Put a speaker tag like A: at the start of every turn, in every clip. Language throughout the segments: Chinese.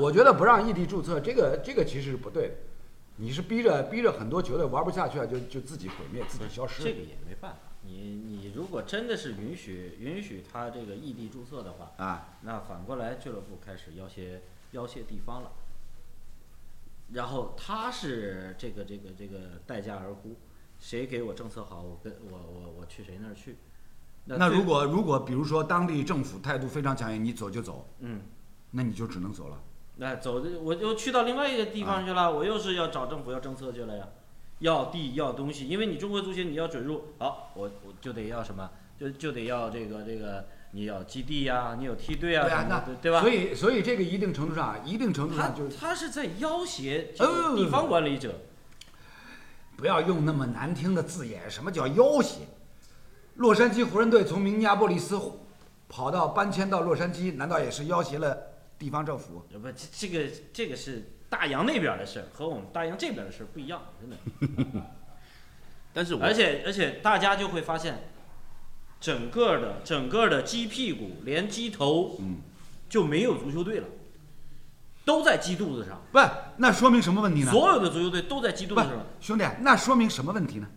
A: 我觉得不让异地注册，这个这个其实是不对的。你是逼着逼着很多球队玩不下去了，啊就就自己毁灭，自己消失。
B: 这个也没办法。你你如果真的是允许允许他这个异地注册的话，
C: 啊，
B: 那反过来俱乐部开始要挟要挟地方了，然后他是这个这个这个待价而沽，谁给我政策好，我跟我我我去谁那儿去。
C: 那
B: 最
C: 如果如果比如说当地政府态度非常强硬，你走就走，
B: 嗯，
C: 那你就只能走了。
B: 那走的我就去到另外一个地
A: 啊
B: 方去了，我又是要找政府要政策去了呀，要地要东西，因为你中国足协你要准入，好，我我就得要什么，就就得要这个这个，你要基地呀，你有梯队啊，
C: 对啊
B: 什么
C: 那
B: 的对吧？
A: 所以所以这个一定程度上啊，一定程度
B: 他
A: 上就是
B: 他是在要挟这
A: 呃
B: 个地方管理者，
A: 不要用那么难听的字眼，什么叫要挟？洛杉矶湖人队从明尼阿波利斯跑到搬迁到洛杉矶，难道也是要挟了地方政府？
B: 呃不，这这个这个是大洋那边的事儿，和我们大洋这边的事儿不一样，真的。
D: 但是我
B: 而且而且大家就会发现，整个的整个的鸡屁股连鸡头，
C: 嗯，
B: 就没有足球队了，都在鸡肚子上，
C: 不，那说明什么问题呢？
B: 所有的足球队都在鸡肚
C: 不
B: 子上。，
C: 兄弟，那说明什么问题呢？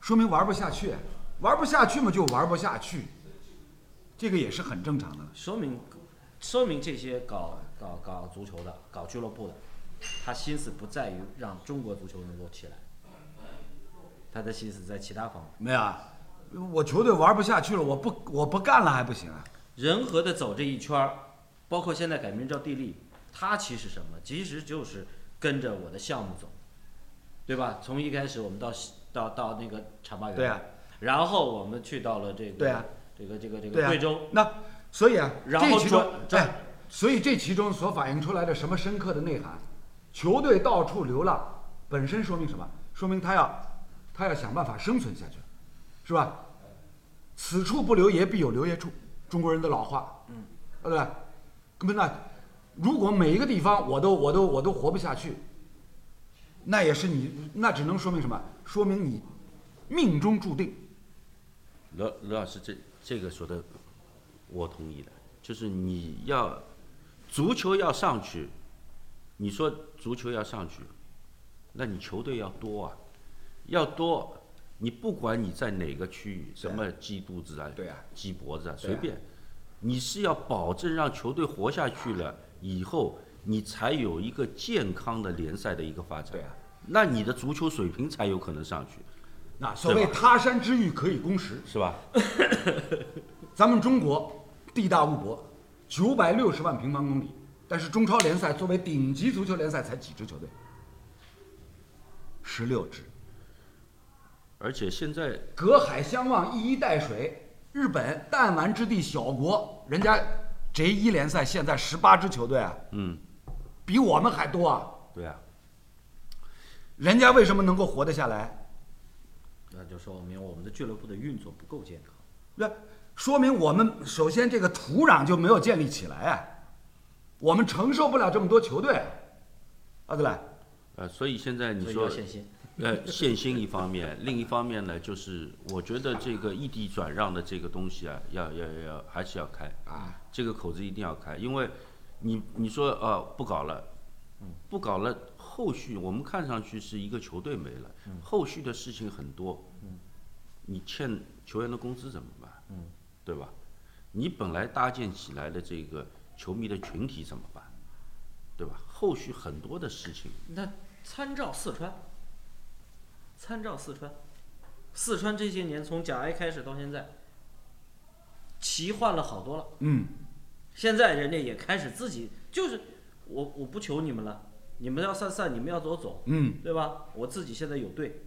A: 说明玩不下去，玩不下去嘛就玩不下去。
C: 这个也是很正常的。
B: 说明说明这些搞搞搞足球的、搞俱乐部的，他心思不在于让中国足球能够起来，他的心思在其他方面。
C: 没有啊，
A: 我球队玩不下去了，我不我不干了还不行啊？
B: 仁和的走这一圈儿，包括现在改名叫地利，它其实什么？其实就是跟着我的项目走，对吧？从一开始我们到西到到那个产发园，
C: 对啊，
B: 然后我们去到了这个
C: 对啊
B: 这个这个这
C: 对
B: 个
C: 啊
B: 贵州，
C: 那所以啊，
B: 然后
C: 这其中
B: 转转
C: 哎，
A: 所以这其中所反映出来的什么深刻的内涵？球队到处流浪，本身说明什么？说明他要他要想办法生存下去，是吧？此处不留爷，必有留爷处，中国人的老话，嗯，对不对？根本那如果每一个地方我都我都我都活不下去，那也是你那只能说明什么？说明你命中注定。
D: 罗罗老师这这个说的，我同意的，就是你要足球要上去，你说足球要上去，那你球队要多啊，要多，你不管你在哪个区域，什么鸡肚子啊，
A: 对啊
D: 鸡脖子啊，
A: 对啊
D: 随便，你是要保证让球队活下去了以后，你才有一个健康的联赛的一个发展，
A: 对啊
D: 那你的足球水平才有可能上去，
A: 那所谓
D: 对吧
A: 他山之玉可以攻石，
D: 是吧？
A: 呃咱们中国地大物博，九百六十万平方公里，但是中超联赛作为顶级足球联赛才几支球队？十六支，
D: 而且现在
A: 隔海相望，一衣带水。日本弹丸之地小国，人家 J 一联赛现在十八支球队啊，
D: 嗯，
A: 比我们还多啊。
D: 对啊。
A: 人家为什么能够活得下来？
B: 那就说明我们的俱乐部的运作不够健康。
A: 那说明我们首先这个土壤就没有建立起来啊，我们承受不了这么多球队啊，啊对了，
D: 呃，所以现在你
B: 所以
D: 说
B: 要，限薪，
D: 呃，限薪一方面，另一方面呢，就是我觉得这个异地转让的这个东西啊，要要要还是要开
A: 啊，
D: 这个口子一定要开，因为你你说呃不搞了，不搞了，后续我们看上去是一个球队没了，
B: 嗯
D: 后续的事情很多，你欠球员的工资怎么办？
B: 嗯
D: 对吧？你本来搭建起来的这个球迷的群体怎么办？对吧？后续很多的事情。
B: 那参照四川，参照四川，四川这些年从甲 A 开始到现在，旗换了好多了。
A: 嗯。
B: 现在人家也开始自己就是我我不求你们了，你们要散散，你们要走走，
A: 嗯，
B: 对吧？我自己现在有队，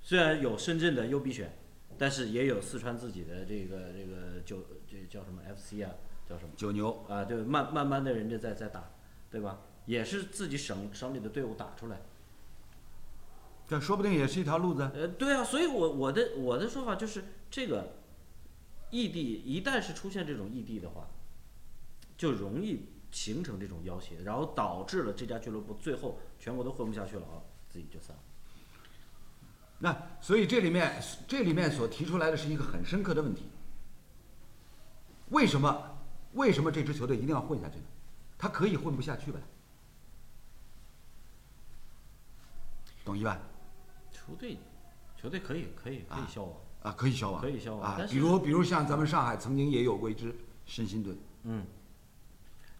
B: 虽然有深圳的优必选，但是也有四川自己的这个这个九这叫什么 FC 啊，叫什么？
C: 九牛，
B: 啊，对，慢慢慢的人家在在打，对吧？也是自己省省里的队伍打出来。
C: 这说不定也是一条路子。
B: 呃，对啊，所以我我的我的说法就是，这个异地一旦是出现这种异地的话，就容易形成这种要挟，然后导致了这家俱乐部最后全国都混不下去了啊，自己就散了。
A: 那所以这里面这里面所提出来的是一个很深刻的问题：为什么为什么这支球队一定要混下去呢？他可以混不下去呗，懂意吧？
B: 球队，球队可以可以可以消亡，
A: 啊，可以消亡，
B: 可以消亡
A: 啊
B: 但。是
A: 比如比如像咱们上海曾经也有过一支申鑫队，
B: 嗯，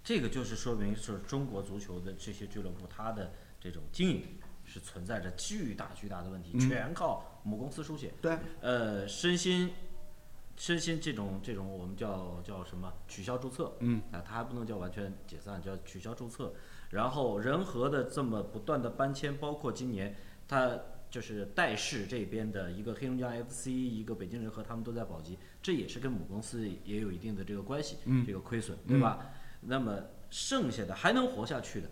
B: 这个就是说明是中国足球的这些俱乐部，它的这种经营是存在着巨大巨大的问题，全靠母公司输血。
A: 对，
B: 呃，身心身心这种这种我们叫叫什么取消注册，
A: 嗯，
B: 啊，它还不能叫完全解散，叫取消注册。然后仁和的这么不断的搬迁，包括今年它就是代市这边的一个黑龙江 FC，一个北京人和，他们都在保级，这也是跟母公司也有一定的这个关系，
A: 嗯
B: 这个亏损，对吧？那么剩下的还能活下去的，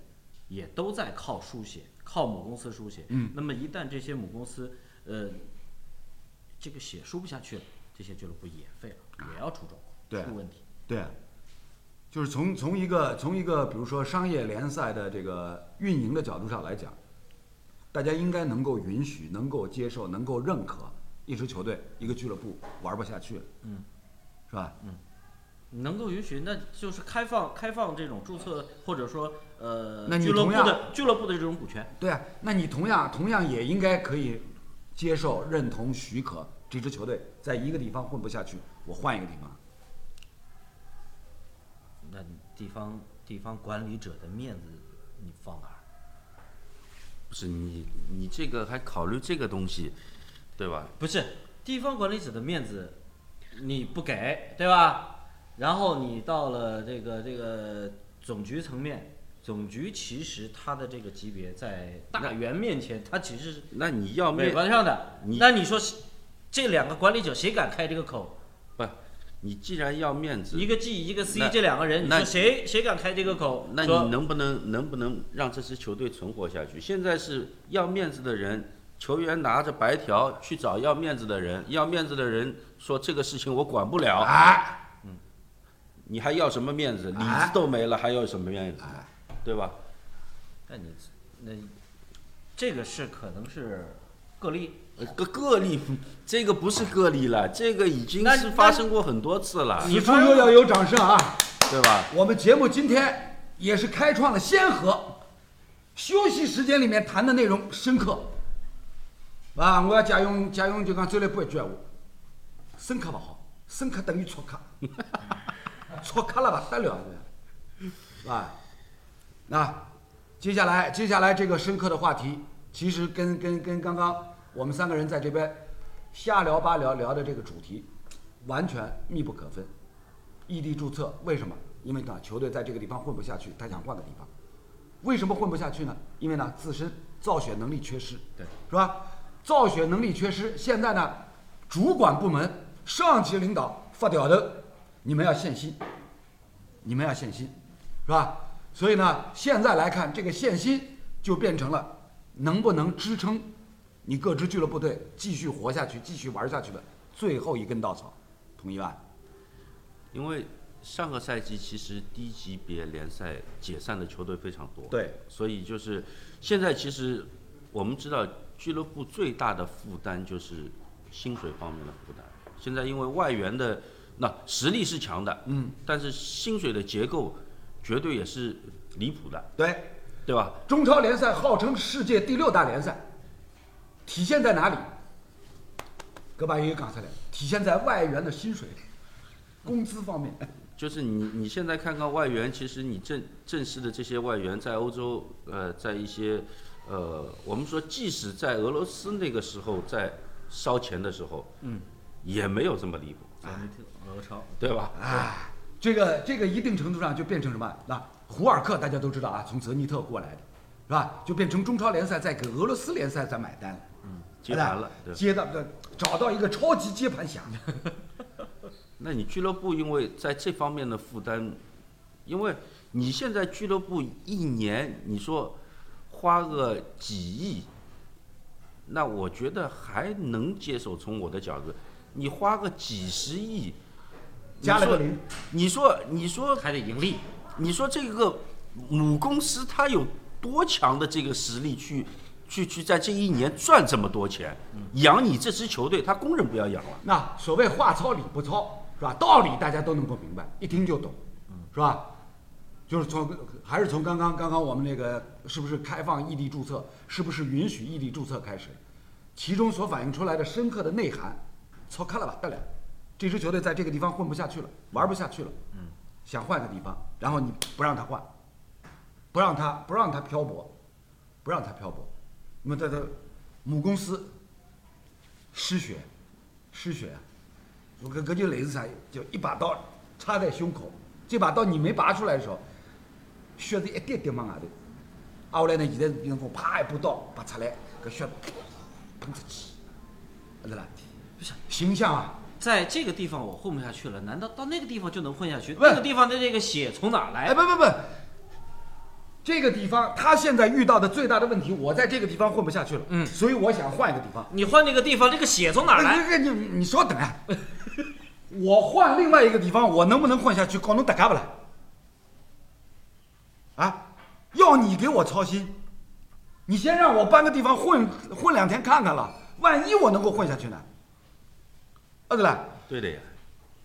B: 也都在靠输血，靠母公司输血。
A: 嗯，
B: 那么一旦这些母公司呃这个血输不下去了，这些俱乐部也废了，也要出状况，
A: 啊对
B: 出问题。
A: 对啊，就是从从一个从一个比如说商业联赛的这个运营的角度上来讲，大家应该能够允许、能够接受、能够认可一支球队、一个俱乐部玩不下去了，
B: 嗯，
A: 是吧？
B: 能够允许，那就是开放开放这种注册，或者说呃
A: 那你
B: 俱乐部
A: 同样
B: 的俱乐部的这种股权，
A: 对啊，那你同样同样也应该可以接受、认同、许可这支球队在一个地方混不下去，我换一个地方。
B: 那你地方地方管理者的面子你放哪儿？
D: 不是你你这个还考虑这个东西，对吧？
B: 不是地方管理者的面子你不给，对吧？然后你到了这个这个总局层面，总局其实它的这个级别在大员面前，它其实是
D: 那你要
B: 美
D: 面
B: 观上的。
D: 你
B: 那你说是这两个管理者谁敢开这个口？
D: 不，你既然要面子，
B: 一个 G 一个 C
D: 那
B: 这两个人，你
D: 那
B: 说谁谁敢开这个口？
D: 那
B: 说
D: 你能不能能不能让这支球队存活下去？现在是要面子的人，球员拿着白条去找要面子的人，要面子的人说这个事情我管不了，
A: 哎，
D: 你还要什么面子？里
A: 哎
D: 子都没了，还要什么面子？对
B: 啊
D: 吧？
B: 那你那这个是可能是个例，
D: 呃个个例，这个不是个例了，这个已经
B: 那
D: 是
B: 那
D: 发生过很多次了，
A: 此处又要有掌声啊！
D: 对吧？
A: 我们节目今天也是开创了先河，休息时间里面谈的内容深刻。啊，我要借用借用就讲周立波一句闲话：深刻不好，深刻等于错刻， 错刻了不得了，啊是吧？啊那接下来接下来这个深刻的话题，其实跟跟跟刚刚我们三个人在这边瞎聊八聊聊的这个主题完全密不可分。异地注册，为什么？因为呢，球队在这个地方混不下去，他想换个地方。为什么混不下去呢？因为呢，自身造血能力缺失，
B: 对，
A: 是吧？造血能力缺失，现在呢，主管部门、上级领导发屌的，你们要限薪，你们要限薪，是吧？所以呢，现在来看，这个限薪就变成了能不能支撑你各支俱乐部队继续活下去、继续玩下去的最后一根稻草，同意吧？
D: 因为上个赛季其实低级别联赛解散的球队非常多，
A: 对，
D: 所以就是现在其实我们知道俱乐部最大的负担就是薪水方面的负担。现在因为外援的那实力是强的，嗯，但是薪水的结构绝对也是离谱的，
A: 对，
D: 对吧？
A: 中超联赛号称世界第六大联赛，体现在哪里？葛把也讲出来，体现在外援的薪水、工资方面。
D: 就是你你现在看看外援，其实你正正式的这些外援在欧洲，呃，在一些，呃，我们说即使在俄罗斯那个时候在烧钱的时候，嗯，也没有这么离谱，
B: 咱们听俄超
D: 对吧？
A: 哎，这个这个一定程度上就变成什么？那胡尔克大家都知道啊，从泽尼特过来的，是吧？就变成中超联赛在给俄罗斯联赛在买单了，哎
D: 接盘了，对吧。
A: 接到找到一个超级接盘侠。
D: 那你俱乐部因为在这方面的负担，因为你现在俱乐部一年你说花个几亿，那我觉得还能接受。从我的角度，你花个几十亿，
A: 加了个零，
D: 你说你说
B: 还得盈利，
D: 你说这个母公司它有多强的这个实力去去去在这一年赚这么多钱？养你这支球队，他工人不要养了。
A: 那所谓话糙理不糙，是吧？道理大家都能够明白，一听就懂，嗯，是吧？就是从还是从刚刚刚刚我们那个是不是开放异地注册，是不是允许异地注册开始，其中所反映出来的深刻的内涵，操开了吧，大了，这支球队在这个地方混不下去了，玩不下去了，嗯，想换个地方，然后你不让他换，不让他不让他漂泊，不让他漂泊，那么他的母公司失血，失血啊，我跟根据雷子才就一把刀插在胸口，这把刀你没拔出来的时候，血是一点点往外头，啊后来呢，现在是变成啪一把刀拔出来，搿血喷出去，晓得啦？形象啊，
B: 在这个地方我混不下去了，难道到那个地方就能混下去？
A: 不
B: 那个地方的这个血从哪
A: 哎
B: 来？
A: 不不不，这个地方他现在遇到的最大的问题，我在这个地方混不下去了，
B: 嗯
A: 所以我想换一个地方。
B: 你换那个地方，这个血从哪来？
A: 哎你你你稍 等啊！我换另外一个地方，我能不能混下去？搞侬搭嘎不啦？啊，要你给我操心，你先让我搬个地方混混两天看看了，万一我能够混下去呢？啊对了，
D: 对的呀。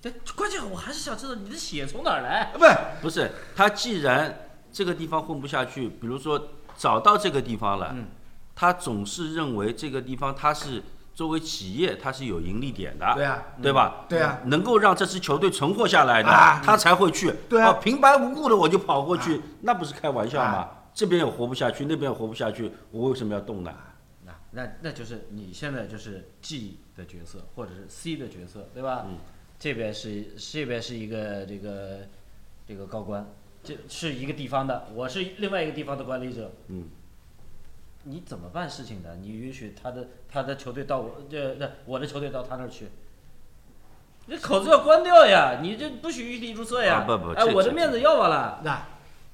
B: 哎关键我还是想知道你的血从哪儿来。
A: 啊不是，
D: 不是，他既然这个地方混不下去，比如说找到这个地方了，
B: 嗯
D: 他总是认为这个地方他是作为企业他是有盈利点的，
A: 对啊
D: 对吧？
A: 对啊
D: 能够让这支球队存活下来的，
A: 啊
D: 他才会去。哦
A: 对啊
D: 平白无故的我就跑过去，那不是开玩笑吗？
A: 啊
D: 这边也活不下去，那边也活不下去，我为什么要动呢？
A: 啊
B: 那那那就是你现在就是 G 的角色，或者是 C 的角色，对吧？
D: 嗯
B: 这边是这边是一个这个这个高官，这是一个地方的，我是另外一个地方的管理者，
D: 嗯，
B: 你怎么办事情的？你允许他的他的球队到我这这我的球队到他那儿去，这口子要关掉呀！你这不许异地注册呀！
D: 啊不不
B: 哎，
D: 这
B: 我的
D: 这
B: 面子要完了。
A: 那，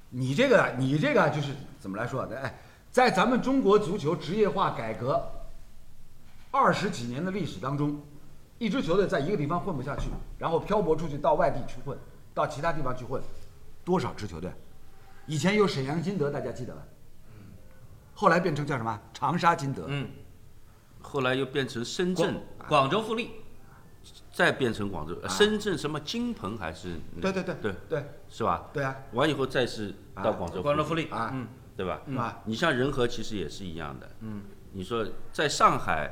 A: 你这个你这个就是怎么来说的？哎，在咱们中国足球职业化改革二十几年的历史当中，一支球队在一个地方混不下去，然后漂泊出去到外地去混，到其他地方去混，多少支球队？以前有沈阳金德，大家记得吧？后来变成叫什么？长沙金德。
B: 嗯，
D: 后来又变成深
B: 广
D: 圳，
B: 广州富力，
D: 再变成广州，呃深圳什么金鹏还是那
A: 对
D: 个
A: 啊对对
D: 对
A: 对
D: 是吧？
A: 对啊！
D: 完以后再是到广州，
B: 广州富力
A: 啊
B: 嗯，
D: 对吧？
A: 嗯啊
D: 你像仁和其实也是一样的。嗯，你说在上海，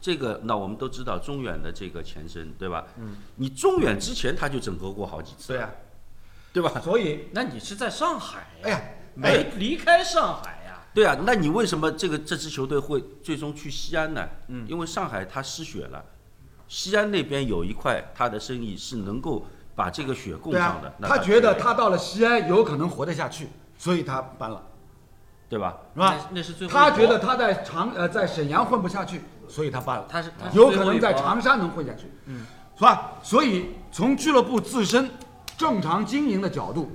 D: 这个那我们都知道中远的这个前身，对吧？嗯，你中远之前他就整合过好几次，
A: 对啊，
D: 对吧？
A: 所以
B: 那你是在上海呀？
A: 哎呀
B: 没离开上海呀？
D: 对啊，那你为什么这个这支球队会最终去西安呢？嗯，因为上海它失血了，西安那边有一块他的生意是能够把这个血供
A: 对啊
D: 上的，，那
A: 他觉得
D: 去
A: 他到了西安有可能活得下去，所以他搬了，
D: 对吧？
A: 是吧？
B: 那那是最后一
A: 他
B: 波
A: 觉得他在长呃在沈阳混不下去，所以他搬了。
B: 他是他是
A: 有
B: 最
A: 可
B: 后
A: 能
B: 一
A: 在
B: 波
A: 长沙能混下去，嗯，是吧？所以从俱乐部自身正常经营的角度，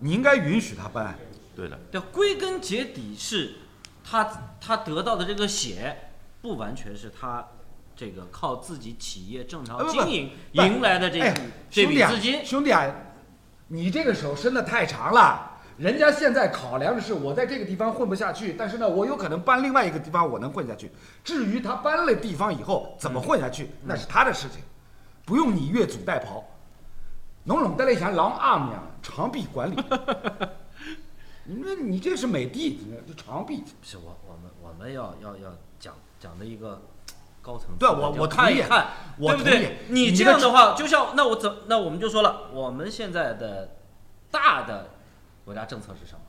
A: 你应该允许他搬。
D: 对的，
B: 对，归根结底是他他得到的这个血，不完全是他这个靠自己企业正
A: 哎
B: 常
A: 不不
B: 经营
A: 不
B: 迎来的这
A: 哎
B: 笔这
A: 兄
B: 笔
A: 弟啊
B: 资金。
A: 兄弟啊，你这个手伸的太长了。人家现在考量的是我在这个地方混不下去，但是呢，我有可能搬另外一个地方我能混下去。至于他搬了地方以后
B: 嗯
A: 怎么混下去，那是他的事情，不用你越俎代庖。侬弄得来像狼阿姆一样，长臂管 理。你那你这是美的，你这长臂。
B: 不是我我们我们要要要讲讲的一个高层次
A: 对
B: 的
A: 我
B: 就
A: 我
B: 看
A: 同
B: 一
A: 意
B: 看，
A: 我
B: 对不
A: 同意
B: 对？你
A: 你
B: 这
A: 的
B: 样的
A: 职
B: 话，就像那我怎那我们就说了，我们现在的大的国家政策是什么？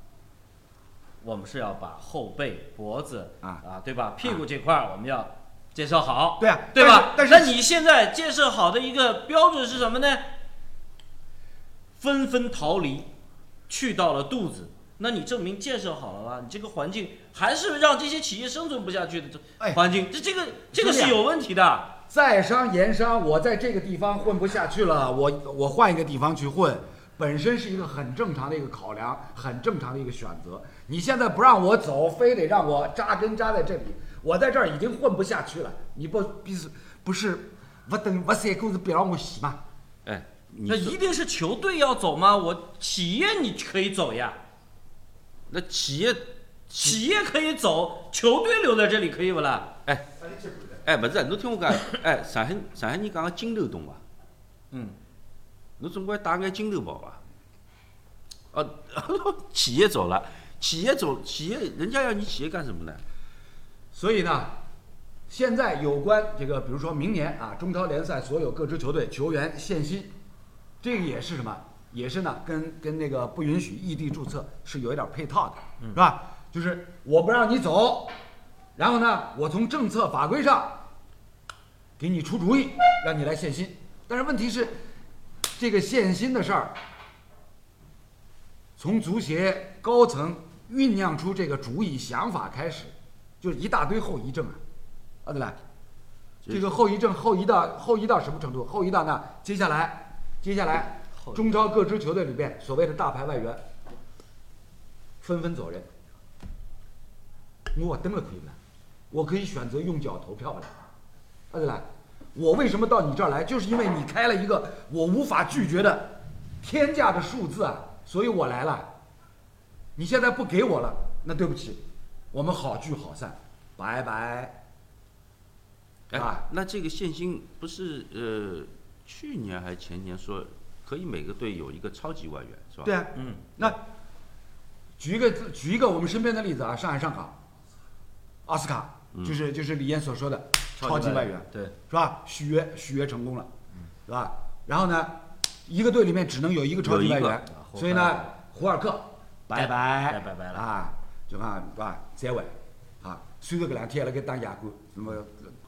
B: 我们是要把后背、脖子
A: 啊
B: 对吧？屁股这块儿我们要建设好，
A: 对啊
B: 哦对吧？
A: 但是但是
B: 那你现在建设好的一个标准是什么呢？纷纷逃离，去到了肚子，那你证明建设好了啊吗？你这个环境还是让这些企业生存不下去的
A: 哎
B: 这环境，这这个这个
A: 兄弟啊
B: 是有问题的。
A: 在商言商，我在这个地方混不下去了，我我换一个地方去混，本身是一个很正常的一个考量，很正常的一个选择。你现在不让我走，非得让我扎根扎在这里，我在这儿已经混不下去了，你不必是不是不等不三狗是别让我洗吗？
D: 哎，你
B: 那
D: 说
B: 一定是球队要走吗？我企业你可以走呀，
D: 那企业
B: 企业可以走，球队留在这里可以不啦？
D: 哎，哎，勿是，侬听我讲，哎，上海上海人讲个筋头懂伐？
B: 嗯，
D: 侬总归带眼筋头跑伐？呃，企业走了，企业走，企业人家要你企业干什么呢？
A: 所以呢，现在有关这个，比如说明年啊，中超联赛所有各支球队球员限薪，这个也是什么？也是呢，跟跟那个不允许异地注册是有一点配套的，是吧？就是我不让你走，然后呢，我从政策法规上给你出主意，让你来限薪。但是问题是，这个限薪的事儿，从足协高层酝酿出这个主意想法开始，就是一大堆后遗症啊，阿德莱，这个后遗症后移到后移到什么程度？后移到呢？接下来，接下来，中超各支球队里边所谓的大牌外援纷纷走人。我登了奎门，我可以选择用脚投票了，阿德莱，我为什么到你这儿来？就是因为你开了一个我无法拒绝的天价的数字啊，所以我来了。你现在不给我了，那对不起，我们好聚好散，拜拜。
D: 哎，
A: 啊
D: 那这个限薪不是呃去年还前年说可以每个队有一个超级外援是吧？
A: 对，啊，
B: 嗯，
A: 那举一个举一个我们身边的例子啊，上海上港，奥斯卡就是就是李岩所说的嗯超级外援，
B: 对，
A: 是吧？续约续约成功了，是吧？然后呢，一个队里面只能有一个超级外
D: 有一个
A: 援
D: 啊，
B: 胡
A: 所以
B: 尔
A: 呢
B: 克，
A: 胡尔克拜
B: 该
D: 哎
A: 拜
B: 拜拜了
A: 啊，就看啊再会啊。虽然搿两天还辣盖打亚冠，那么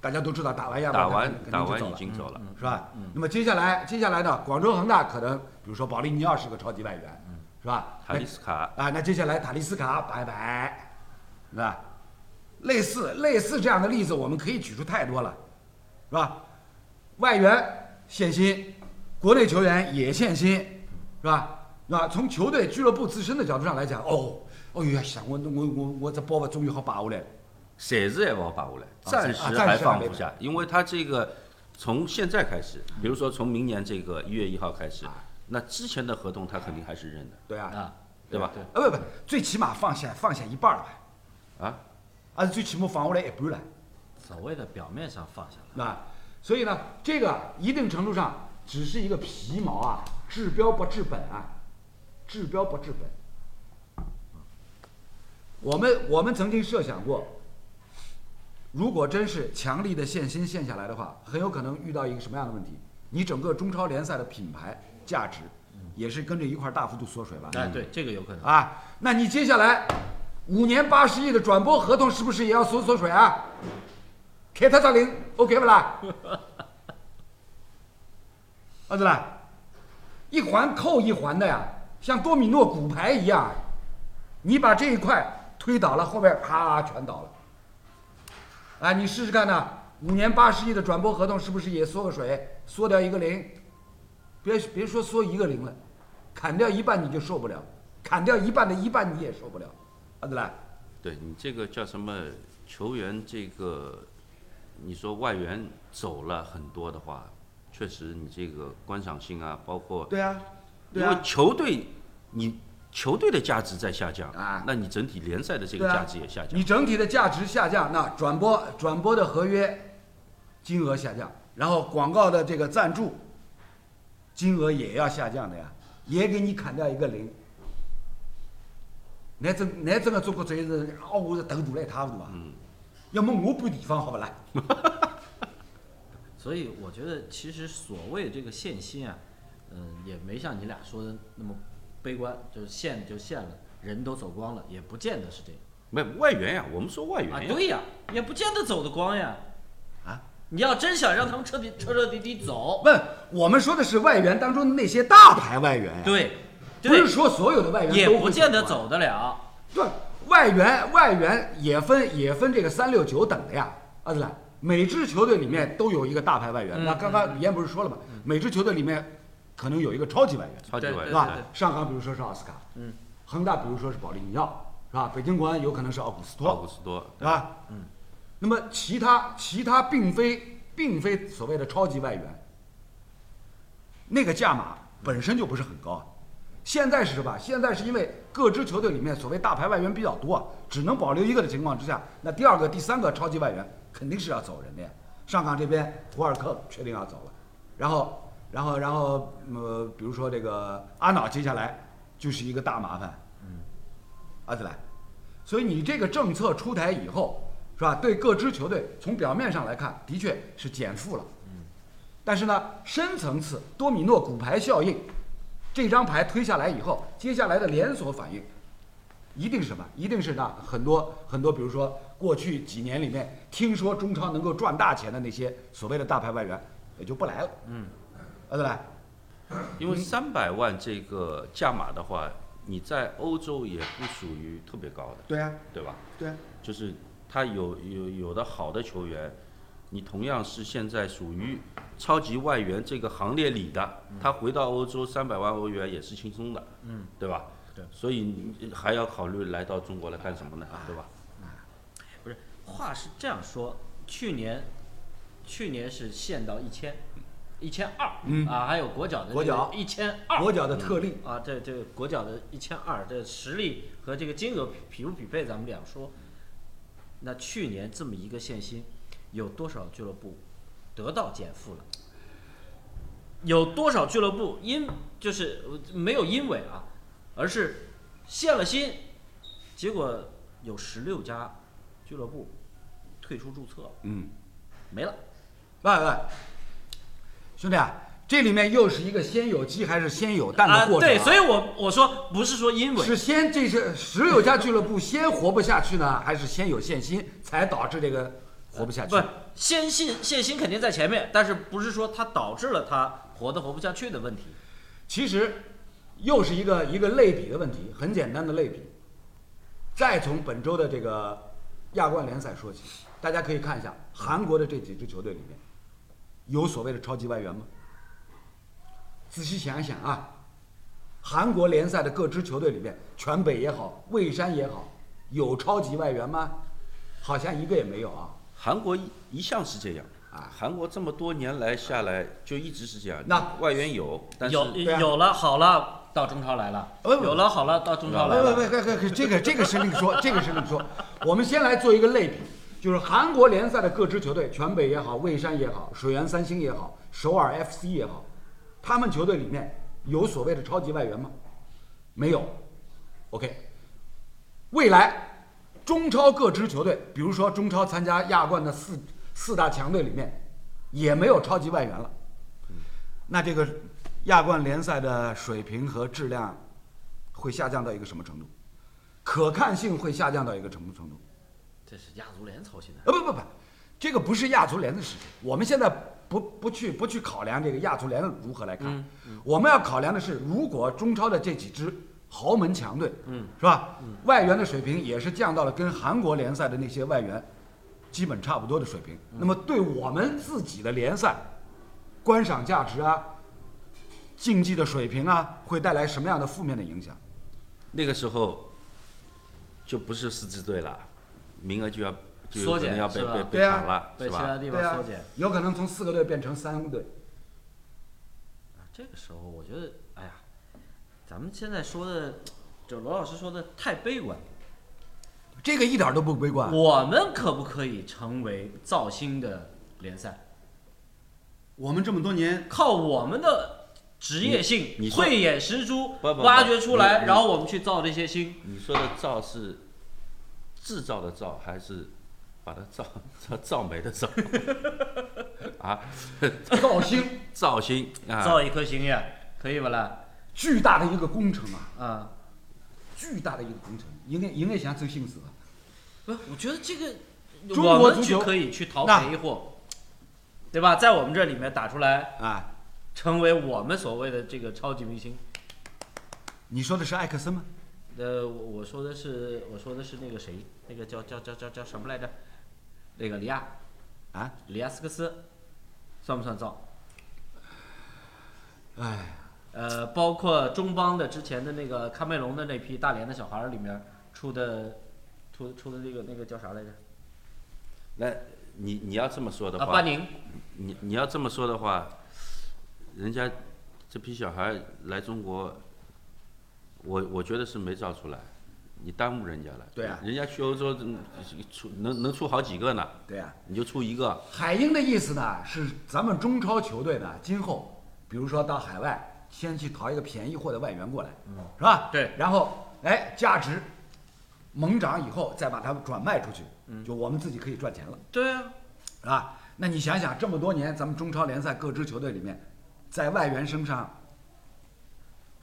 A: 大家都知道打完亚冠
D: 打完
A: 肯定
D: 打
A: 就走
D: 完已
A: 了嗯
D: 经嗯走了，
A: 是吧？那么接下来接下来呢，广州恒大可能，比如说保利尼奥是个超级外援，
D: 嗯
A: 是吧？
D: 塔利斯卡
A: 那啊，那接下来塔利斯卡拜拜，是吧？类似类似这样的例子，我们可以举出太多了，是吧？外援限薪，国内球员也限薪，是吧？那从球队、俱乐部自身的角度上来讲，哦，哦呀，想我我我我这包袱终于好把握来了，
D: 暂时还不好把握来，暂时
A: 暂时
D: 还放
A: 还
D: 不
A: 没
D: 下，因为他这个从现在开始，比如说从明年这个一月一号开始，那之前的合同他肯定还是认的，
A: 对啊，
B: 啊，
D: 对吧？
A: 啊不不，最起码放下放下一半儿了吧，
D: 啊，
A: 啊最起码放下来一半了。
B: 所谓的表面上放下了，
A: 啊，所以呢，这个一定程度上只是一个皮毛啊，治标不治本啊，治标不治本。我们我们曾经设想过，如果真是强力的限薪限下来的话，很有可能遇到一个什么样的问题？你整个中超联赛的品牌价值也是跟着一块儿大幅度缩水吧？
B: 哎，对，这个有可能，
A: 啊，那你接下来五年八十亿的转播合同是不是也要缩缩水啊？开他张零，OK 不啦？儿子啦，一环扣一环的呀，像多米诺骨牌一样，啊你把这一块推倒了，后边啪全倒了。哎，你试试看呐，五年八十亿的转播合同是不是也缩个水，缩掉一个零？别别说缩一个零了，砍掉一半你就受不了，砍掉一半的一半你也受不了，阿德莱，
D: 对你这个叫什么球员这个，你说外援走了很多的话，确实你这个观赏性啊，包括
A: 对啊，
D: 因为球队你球队的价值在下降
A: 啊
D: 那你整体联赛的这个
A: 对啊
D: 价值也下降
A: 你。整体的价值下降，那转播转播的合约金额下降，然后广告的这个赞助金额也要下降的呀，也给你砍掉一个零。乃真乃真个中国职业是啊，我是头大了一塌糊涂啊！
D: 嗯
A: 要么我搬地方好不啦？
B: 所以我觉得其实所谓这个限薪啊，嗯，也没像你俩说的那么悲观，就是限就限了，人都走光了，也不见得是这样。
D: 没有外援呀、我们说外援
B: 啊，
D: 呀、
B: 对呀，也不见得走得光呀。
A: 啊，
B: 你要真想让他们彻底彻彻底底走，
A: 问我们说的是外援当中那些大牌外援呀，
B: 对，
A: 不是
B: 对，
A: 说所有的外援
B: 也
A: 都会
B: 不见得
A: 啊
B: 走得了。
A: 对，外援外援也分也分这个三六九等的呀，阿德莱，每支球队里面都有一个大牌外援。
B: 嗯
A: 那刚刚李岩不是说了吗？每支球队里面可能有一个超级外援，
D: 超级外
B: 对
A: 是
D: 援
A: 吧？
D: 哎
A: 上港比如说是奥斯卡，嗯，恒大比如说是保利尼奥，是吧？北京国安有可能是奥古斯托，
D: 奥古斯托
A: 对吧？嗯。那么其他其他并非并非所谓的超级外援，那个价码本身就不是很高啊。现在是什么？现在是因为各支球队里面所谓大牌外援比较多啊，只能保留一个的情况之下，那第二个、第三个超级外援肯定是要走人的呀。上港这边胡尔克确定要走了，然后，然后，然后，呃，比如说这个阿瑙接下来就是一个大麻烦，啊对吧？所以你这个政策出台以后，是吧？对各支球队从表面上来看，的确是减负了，但是呢，深层次多米诺骨牌效应，这张牌推下来以后，接下来的连锁反应，一定是什么？一定是那很多很多，比如说过去几年里面听说中超能够赚大钱的那些所谓的大牌外援，也就不来了。嗯，啊对吧？
D: 因为三百万这个价码的话，你在欧洲也不属于特别高的，
A: 对啊，
D: 对吧？
A: 对啊，
D: 就是他有有有的好的球员，你同样是现在属于超级外援这个行列里的，他回到欧洲三百万欧元也是轻松的，嗯，对吧？
B: 对
D: 所以你还要考虑来到中国来干什么呢？对吧？
B: 不是，话是这样说，去年，去年是限到一千，一千二，啊，还有国脚的
A: 嗯国脚
B: 一千二，
A: 国脚的特例，
B: 啊，这这个国脚的一千二，这实力和这个金额匹匹不匹配，咱们两说。那去年这么一个限薪，有多少俱乐部得到减负了？有多少俱乐部因就是呃没有因为啊，而是限了薪，结果有十六家俱乐部退出注册，
A: 嗯，
B: 没了。
A: 喂喂，兄弟啊，这里面又是一个先有鸡还是先有蛋的过程、啊
B: 啊对，所以我我说不是说因为
A: 是先这是十六家俱乐部先活不下去呢，还是先有限薪才导致这个活不下去？
B: 不，限薪限薪肯定在前面，但是不是说它导致了他活得活不下去的问题？
A: 其实又是一个一个类比的问题，很简单的类比。再从本周的这个亚冠联赛说起，大家可以看一下韩国的这几支球队里面，有所谓的超级外援吗？仔细想一想啊，韩国联赛的各支球队里面，全北也好，蔚山也好，有超级外援吗？好像一个也没有啊。
D: 韩国一一向是这样
A: 啊
D: 韩国这么多年来下来就一直是这样。
A: 那
D: 外援有，但是
B: 有
A: 对啊
B: 有了好了，到中超来了；
A: 呃不
B: 有了好了，到中超来
A: 喂喂
B: 了。
A: 喂，快快快，这个这个是另说，这个是另说。我们先来做一个类比，就是韩国联赛的各支球队，全北也好，蔚山也好，水原三星也好，首尔 FC 也好，他们球队里面有所谓的超级外援吗？没有。OK，未来中超各支球队，比如说中超参加亚冠的四四大强队里面，也没有超级外援了。
B: 嗯
A: 那这个亚冠联赛的水平和质量会下降到一个什么程度？可看性会下降到一个什么程度？
B: 这是亚足联操心的。
A: 呃，不不不，这个不是亚足联的事情。我们现在不不去不去考量这个亚足联如何来看，我们要考量的是，如果中超的这几支豪门强队，嗯，是吧？外援的水平也是降到了跟韩国联赛的那些外援基本差不多的水平。那么对我们自己的联赛观赏价值啊、竞技的水平啊，会带来什么样的负面的影响？
D: 那个时候就不是四支队了，名额就要就有
B: 缩
D: 可能
B: 减
D: 要被
B: 是吧
D: 被被
A: 对啊
D: 砍了，
B: 被
D: 是
B: 其他
D: 吧？
B: 地
A: 对
B: 方
A: 啊
B: 缩减、，
A: 有可能从四个队变成三个队。
B: 啊这个时候我觉得，哎呀，咱们现在说的，就罗老师说的太悲观。
A: 这个一点儿都不悲观。
B: 我们可不可以成为造星的联赛？
A: 我们这么多年，
B: 靠我们的职业
D: 你
B: 性、
D: 你说
B: 慧眼识珠
D: 不不不
B: 挖掘出来，
D: 你
B: 然后我们去造这些星。
D: 你说的造是制造的造还是把它造造造没 的造啊？
A: 造星
D: 造型啊，
B: 造一颗星呀，可以不啦？
A: 巨大的一个工程啊，
B: 啊，
A: 巨大的一个工程，应该应该想走心思吧。
B: 不，我觉得这个
A: 中国
B: 我们
A: 足
B: 去
A: 球
B: 可以去淘
A: 那
B: 赔一货，对吧？在我们这里面打出来，
A: 啊，
B: 成为我们所谓的这个超级明星。
A: 你说的是艾克森吗？
B: 呃，我我说的是我说的是那个谁，那个叫叫叫叫叫什么来着？那个里亚
A: 啊，
B: 里亚斯克斯，算不算造？
A: 哎，
B: 呃，包括中邦的之前的那个喀麦隆的那批大连的小孩儿里面出的出出的那个那个叫啥来着？
D: 那你你要这么说的
B: 啊，
D: 话
B: 巴，宁。
D: 你你要这么说的话，人家这批小孩来中国，我我觉得是没造出来，你耽误人家了。
A: 对啊
D: 人家去欧洲嗯出能能出好几个呢，
A: 对啊呀、
D: 你就出一个。
A: 海英的意思呢是咱们中超球队呢，今后比如说到海外先去淘一个便宜货的外援过来，
B: 嗯
A: 是吧？
B: 对
A: 然后哎，价值猛涨以后，再把它转卖出去，
B: 嗯
A: 就我们自己可以赚钱了，
B: 对啊，
A: 是吧？那你想想，这么多年咱们中超联赛各支球队里面，在外援身上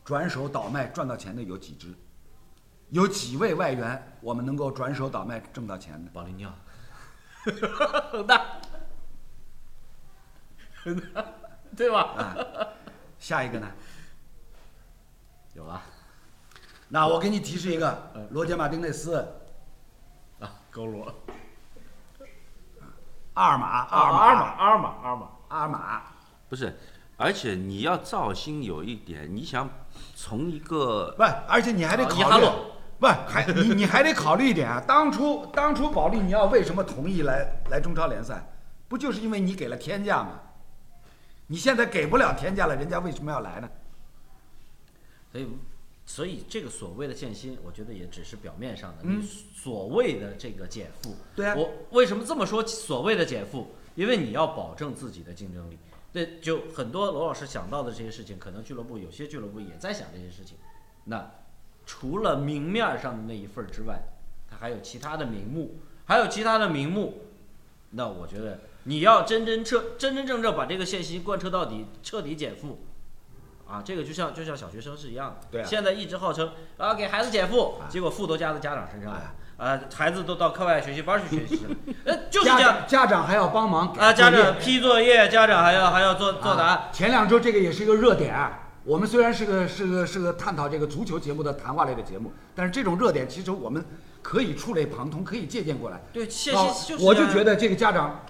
A: 转手倒卖赚到钱的有几支？有几位外援我们能够转手倒卖挣到钱的？
B: 保利尼奥， 恒大，恒大， 对吧？
A: 下一个呢？
B: 有吧？
A: 那我给你提示一
B: 嗯
A: 个，罗杰·马丁内斯、
B: 啊，高罗，
A: 阿尔马、阿
B: 哦阿
A: 尔马、
B: 尔玛，阿尔玛，阿尔玛，
A: 阿尔马，
D: 不是，而且你要造星有一点，你想从一个
A: 不，而且你还得
B: 啊
A: 考
B: 伊哈
A: 虑
B: 洛，
A: 不还你你还得考虑一点啊。当初当初保利尼奥为什么同意来来中超联赛，不就是因为你给了天价吗？你现在给不了天价了，人家为什么要来呢？
B: 所以，所以这个所谓的限薪，我觉得也只是表面上的，你所谓的这个减负。
A: 对啊
B: 我为什么这么说所谓的减负？因为你要保证自己的竞争力。对，就很多罗老师想到的这些事情，可能俱乐部有些俱乐部也在想这些事情。那除了明面上的那一份儿之外，它还有其他的名目，还有其他的名目。那我觉得你要真真彻真真正正把这个限薪贯彻到底，彻底减负，啊，这个就像就像小学生是一样的。
A: 对啊
B: 现在一直号称啊给孩子减负，结果负都加到家长身上
A: 哎
B: 了，啊，孩子都到课外学习班去学习了， 呃，就是
A: 家
B: 这样
A: 长家长还要帮忙给
B: 啊，家
A: 作业
B: 长批作业，家长还要还要做做答案
A: 啊。前两周这个也是一个热点啊。我们虽然是个是个是个探讨这个足球节目的谈话类的节目，但是这种热点其实我们可以触类旁通，可以借鉴过来。
B: 对，限
A: 啊
B: 薪就是
A: 我就
B: 这样
A: 觉得这个家长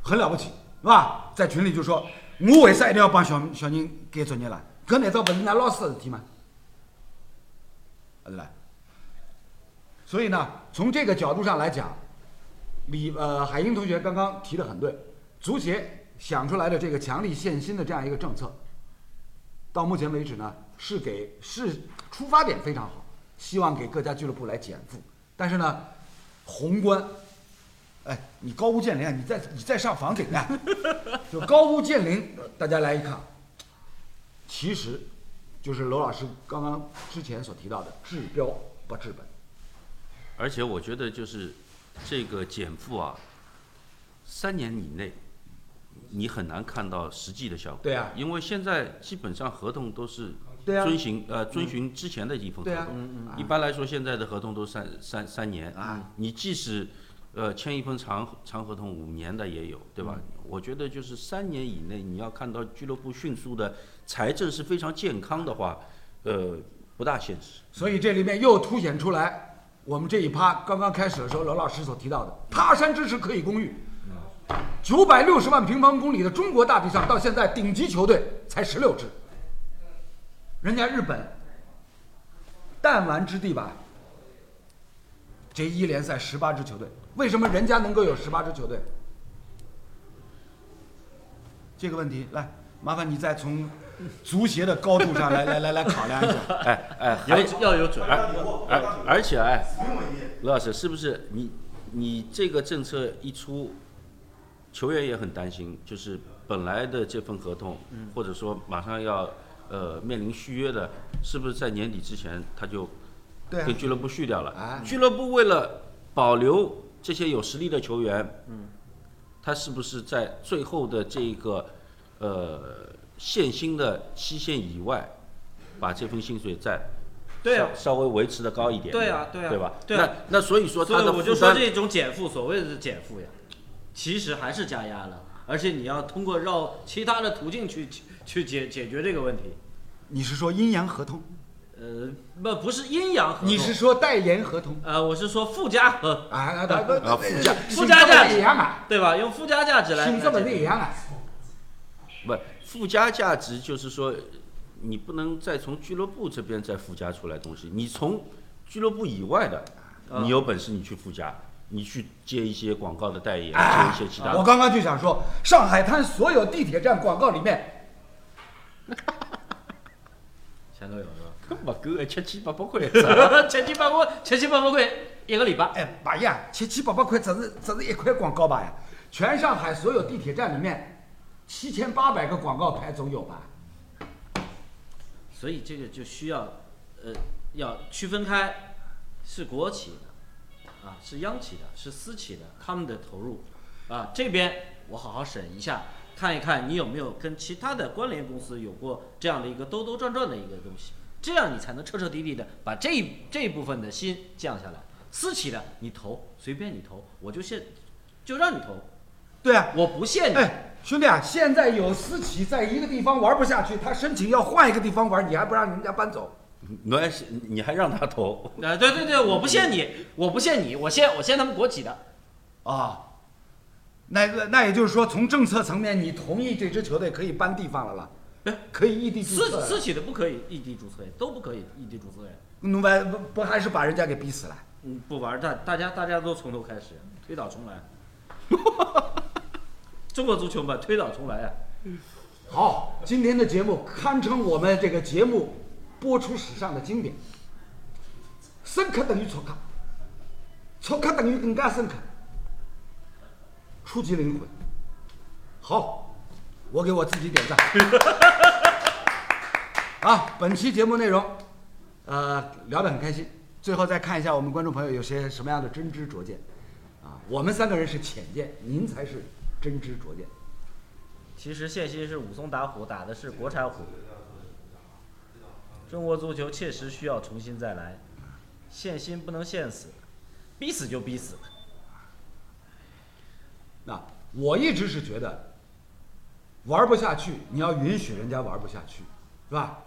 A: 很了不起，是吧？在群里就说，我为啥一定要帮小小人改作业啦？搿难道不是㑚老师的事体吗？啊对吧？所以呢，从这个角度上来讲，李呃海英同学刚刚提的很对，足协想出来的这个强力限薪的这样一个政策，到目前为止呢，是给是出发点非常好，希望给各家俱乐部来减负，但是呢，宏观，哎，你高屋建瓴，你再你再上房顶啊， 就高屋建瓴，大家来一看，其实就是娄老师刚刚之前所提到的治标不治本，
D: 而且我觉得就是这个减负啊，三年以内你很难看到实际的效果。
A: 对啊
D: 因为现在基本上合同都是
A: 对啊
D: 遵循呃遵循之前的一份合
A: 对啊
D: 同。一般来说，现在的合同都三三三年
A: 啊，
D: 你即使呃签一份长长合同五年的也有，对吧？
A: 嗯
D: 我觉得就是三年以内，你要看到俱乐部迅速的财政是非常健康的话，呃，不大现实。
A: 所以这里面又凸显出来。我们这一趴刚刚开始的时候，娄老师所提到的“他山之石，可以攻玉”，九百六十万平方公里的中国大地上，到现在顶级球队才十六支，人家日本弹丸之地吧，J 一联赛十八支球队，为什么人家能够有十八支球队？这个问题，来，麻烦你再从足协的高度上来来来来考量一下。
D: 哎哎，还
B: 有要有准。
D: 而而且哎，罗老师是不是你你这个政策一出，球员也很担心，就是本来的这份合同，
B: 嗯
D: 或者说马上要呃面临续约的，是不是在年底之前他就
A: 对啊
D: 跟俱乐部续掉了？
A: 哎
D: 俱乐部为了保留这些有实力的球员，嗯，他是不是在最后的这个呃限薪的期限以外，把这份薪水再
B: 对啊
D: 稍稍微维持的高一点，
B: 对啊对啊
D: 对吧？
B: 对啊
D: 那那所以说
B: 所
D: 他
B: 以
D: 的
B: 我就
D: 负
B: 说
D: 担，
B: 这种减负，所谓的减负呀，其实还是加压了，而且你要通过绕其他的途径去去去解解决这个问题。
A: 你是说阴阳合同？
B: 呃，不不是阴阳合同，
A: 你是说代言合同？
B: 呃，我是说附加合，
A: 啊啊啊！
D: 啊附加
B: 附加价值
A: 一样啊，
B: 对吧？用附加价值来
A: 性
B: 来
A: 这么
B: 解决
A: 一样啊。
D: 不附加价值就是说，你不能再从俱乐部这边再附加出来东西，你从俱乐部以外的，
B: 啊
D: 你有本事你去附加，你去接一些广告的代言，
B: 啊
D: 接一些其他
A: 啊我
D: 的。
A: 刚刚就想说，上海滩所有地铁站广告里面，
B: 全都有是吧？
D: 根本够一千七八百块
B: 前期办公，前期办公会一个礼拜，
A: 哎，爸呀，七七八八块，只是只是一块广告吧呀？全上海所有地铁站里面，七千八百个广告牌总有吧？
B: 所以这个就需要，呃，要区分开，是国企的，啊，是央企的，是私企的，他们的投入，啊，这边我好好审一下，看一看你有没有跟其他的关联公司有过这样的一个兜兜转转的一个东西，这样你才能彻彻底底的把这一这一部分的心降下来。私企的你投随便你投，我就限，就让你投，
A: 对啊，
B: 我不限你。
A: 哎，兄弟啊，现在有私企在一个地方玩不下去，他申请要换一个地方玩，你还不让人家搬走？
D: 那是你还让他投，
B: 啊，对对对，我不限你，我不限你，我限我限他们国企的。
A: 啊，那个那也就是说，从政策层面，你同意这支球队可以搬地方了啦
D: 哎
B: 对，
A: 可以异地注册
B: 私
A: 了
B: 私企的不可以异地注册，都不可以异地注册呀。
A: 那完不不还是把人家给逼死了？
B: 嗯，不玩儿，大大家大家都从头开始，推倒重来。 中国足球嘛，推倒重来呀、啊
A: 好，今天的节目堪称我们这个节目播出史上的经典。深刻等于错刻，错刻等于更加深刻，触及灵魂。好，我给我自己点赞。 啊，本期节目内容，呃，聊得很开心。最后再看一下我们观众朋友有些什么样的真知灼见，啊，我们三个人是浅见，您才是真知灼见。
B: 其实谢希是武松打虎，打的是国产虎。中国足球切实需要重新再来，限薪不能限死，逼死就逼死。
A: 那我一直是觉得，玩不下去，你要允许人家玩不下去，是吧？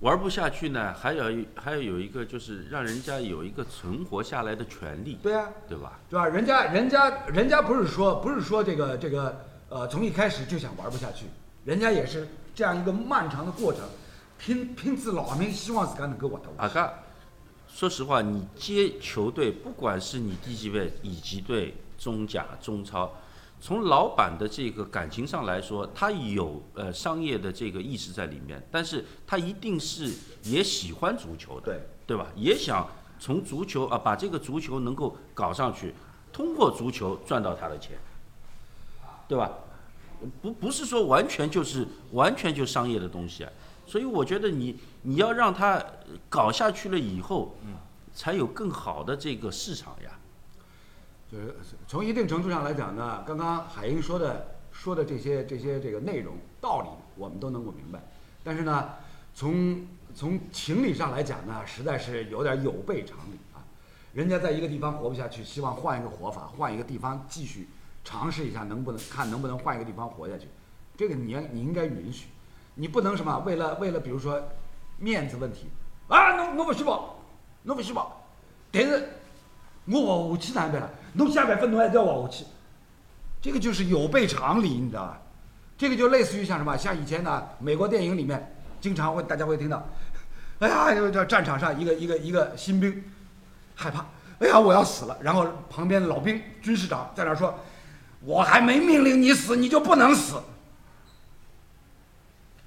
D: 玩不下去呢，还有一还有有一个就是让人家有一个存活下来的权利，
A: 对啊，
D: 对吧？
A: 对吧？人家人家人家不是说不是说这个这个呃，从一开始就想玩不下去，人家也是这样一个漫长的过程，拼拼自老命，希望自家能够活得
D: 阿
A: 下去。
D: 嘎，说实话，你接球队，不管是你地级队、乙级队、中甲、中超，从老板的这个感情上来说，他有呃商业的这个意识在里面，但是他一定是也喜欢足球的，
A: 对
D: 对吧？也想从足球啊把这个足球能够搞上去，通过足球赚到他的钱，对吧？不不是说完全就是完全就商业的东西啊，所以我觉得你你要让他搞下去了以后，才有更好的这个市场呀。
A: 就是从一定程度上来讲呢，刚刚海英说的说的这些这些这个内容道理，我们都能够明白。但是呢，从从情理上来讲呢，实在是有点有悖常理啊。人家在一个地方活不下去，希望换一个活法，换一个地方继续尝试一下，能不能看能不能换一个地方活下去。这个你应你应该允许，你不能什么为了为了比如说面子问题啊，侬侬勿许跑，侬勿许跑，但是我活下去哪能办啦？侬下百分侬还是要活下去，这个就是有悖常理，你知道吧？这个就类似于像什么，像以前呢，美国电影里面经常会大家会听到，哎呀，就叫战场上一个一个一个新兵害怕，哎呀，我要死了。然后旁边老兵军士长在那说，我还没命令你死，你就不能死，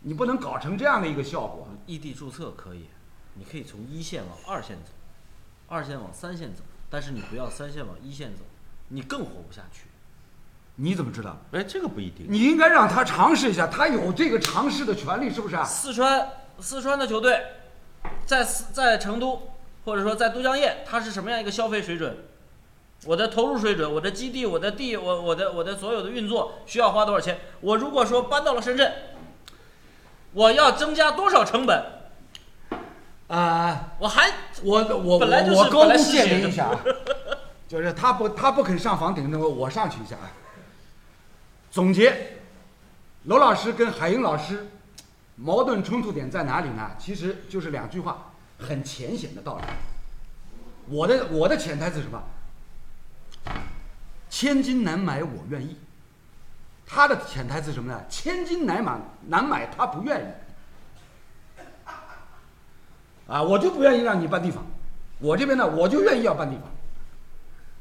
A: 你不能搞成这样的一个效果。
B: 异地注册可以，你可以从一线往二线走，二线往三线走，但是你不要三线往一线走，你更活不下去。
A: 你怎么知道？
D: 哎，这个不一定。
A: 你应该让他尝试一下，他有这个尝试的权利，是不是啊？
B: 四川四川的球队，在四在成都或者说在都江堰，它是什么样一个消费水准？我的投入水准，我的基地，我的地，我我的我的所有的运作需要花多少钱？我如果说搬到了深圳，我要增加多少成本？
A: 啊、
B: 我还
A: 我我
B: 本来就是
A: 我我高
B: 本
A: 度
B: 来是
A: 建
B: 写
A: 立
B: 的
A: 一 下啊，就是他不他不肯上房顶，那么我上去一下啊。总结，娄老师跟海英老师矛盾冲突点在哪里呢？其实就是两句话，很浅显的道理。我的我的潜台词是什么？千金难买我愿意。他的潜台词是什么呢？千金难买难买他不愿意。啊，我就不愿意让你搬地方，我这边呢，我就愿意要搬地方，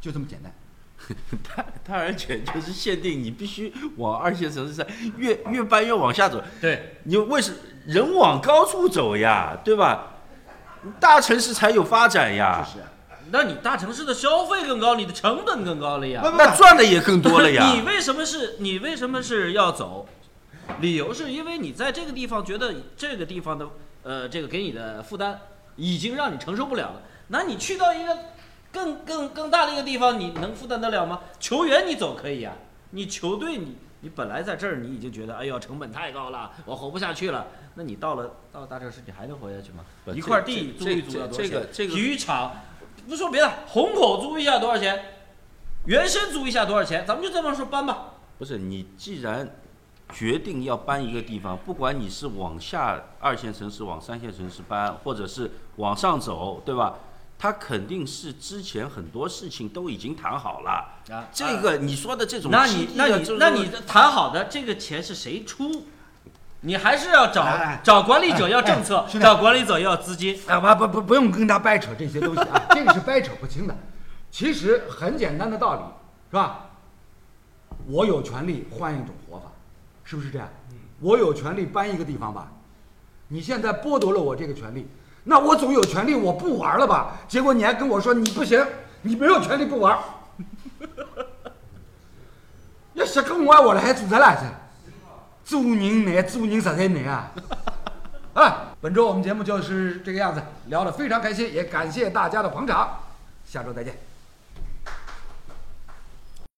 A: 就这么简单。
D: 他他而且就是限定你必须往二线城市在越越搬越往下走。
B: 对
D: 你为什人往高处走呀，对吧？大城市才有发展呀，
A: 是啊，
B: 那你大城市的消费更高，你的成本更高了呀。
A: 不不不
D: 那赚的也更多了呀
B: 你。为什么是你为什么是要走？理由是因为你在这个地方觉得这个地方的呃这个给你的负担已经让你承受不了了，那你去到一个更更更大的一个地方，你能负担得了吗？球员你走可以啊，你球队你你本来在这儿你已经觉得哎呦成本太高了，我活不下去了，那你到了到了大城市你还能活下去吗？
D: 不
B: 一
D: 这
B: 块地
D: 这
B: 租一租
D: 这
B: 要多少
D: 这个
B: 钱？
D: 这个
B: 体育场，不说别的，虹口租一下多少钱？原生租一下多少钱？咱们就这么说搬吧。
D: 不是你既然决定要搬一个地方，不管你是往下二线城市往三线城市搬，或者是往上走，对吧？他肯定是之前很多事情都已经谈好了。
B: 啊
D: 这个你说的这种
B: 那
D: 基
B: 你
D: 地
B: 那
D: 啊
B: 你
D: 这种
B: 那你谈好的这个钱是谁出？你还是要找
A: 来来
B: 找管理者要政策
A: 哎哎，是的
B: 找管理者要资金。
A: 啊不不不不用跟他掰扯这些东西啊，这个是掰扯不清的。其实很简单的道理，是吧？我有权利换一种活法，是不是这样？我有权利搬一个地方吧？你现在剥夺了我这个权利，那我总有权利我不玩了吧？结果你还跟我说你不行，你没有权利不玩。 要谁跟我活了还做啥啦？这做人难，做人实在难啊！啊，本周我们节目就是这个样子，聊得非常开心，也感谢大家的捧场，下周再见。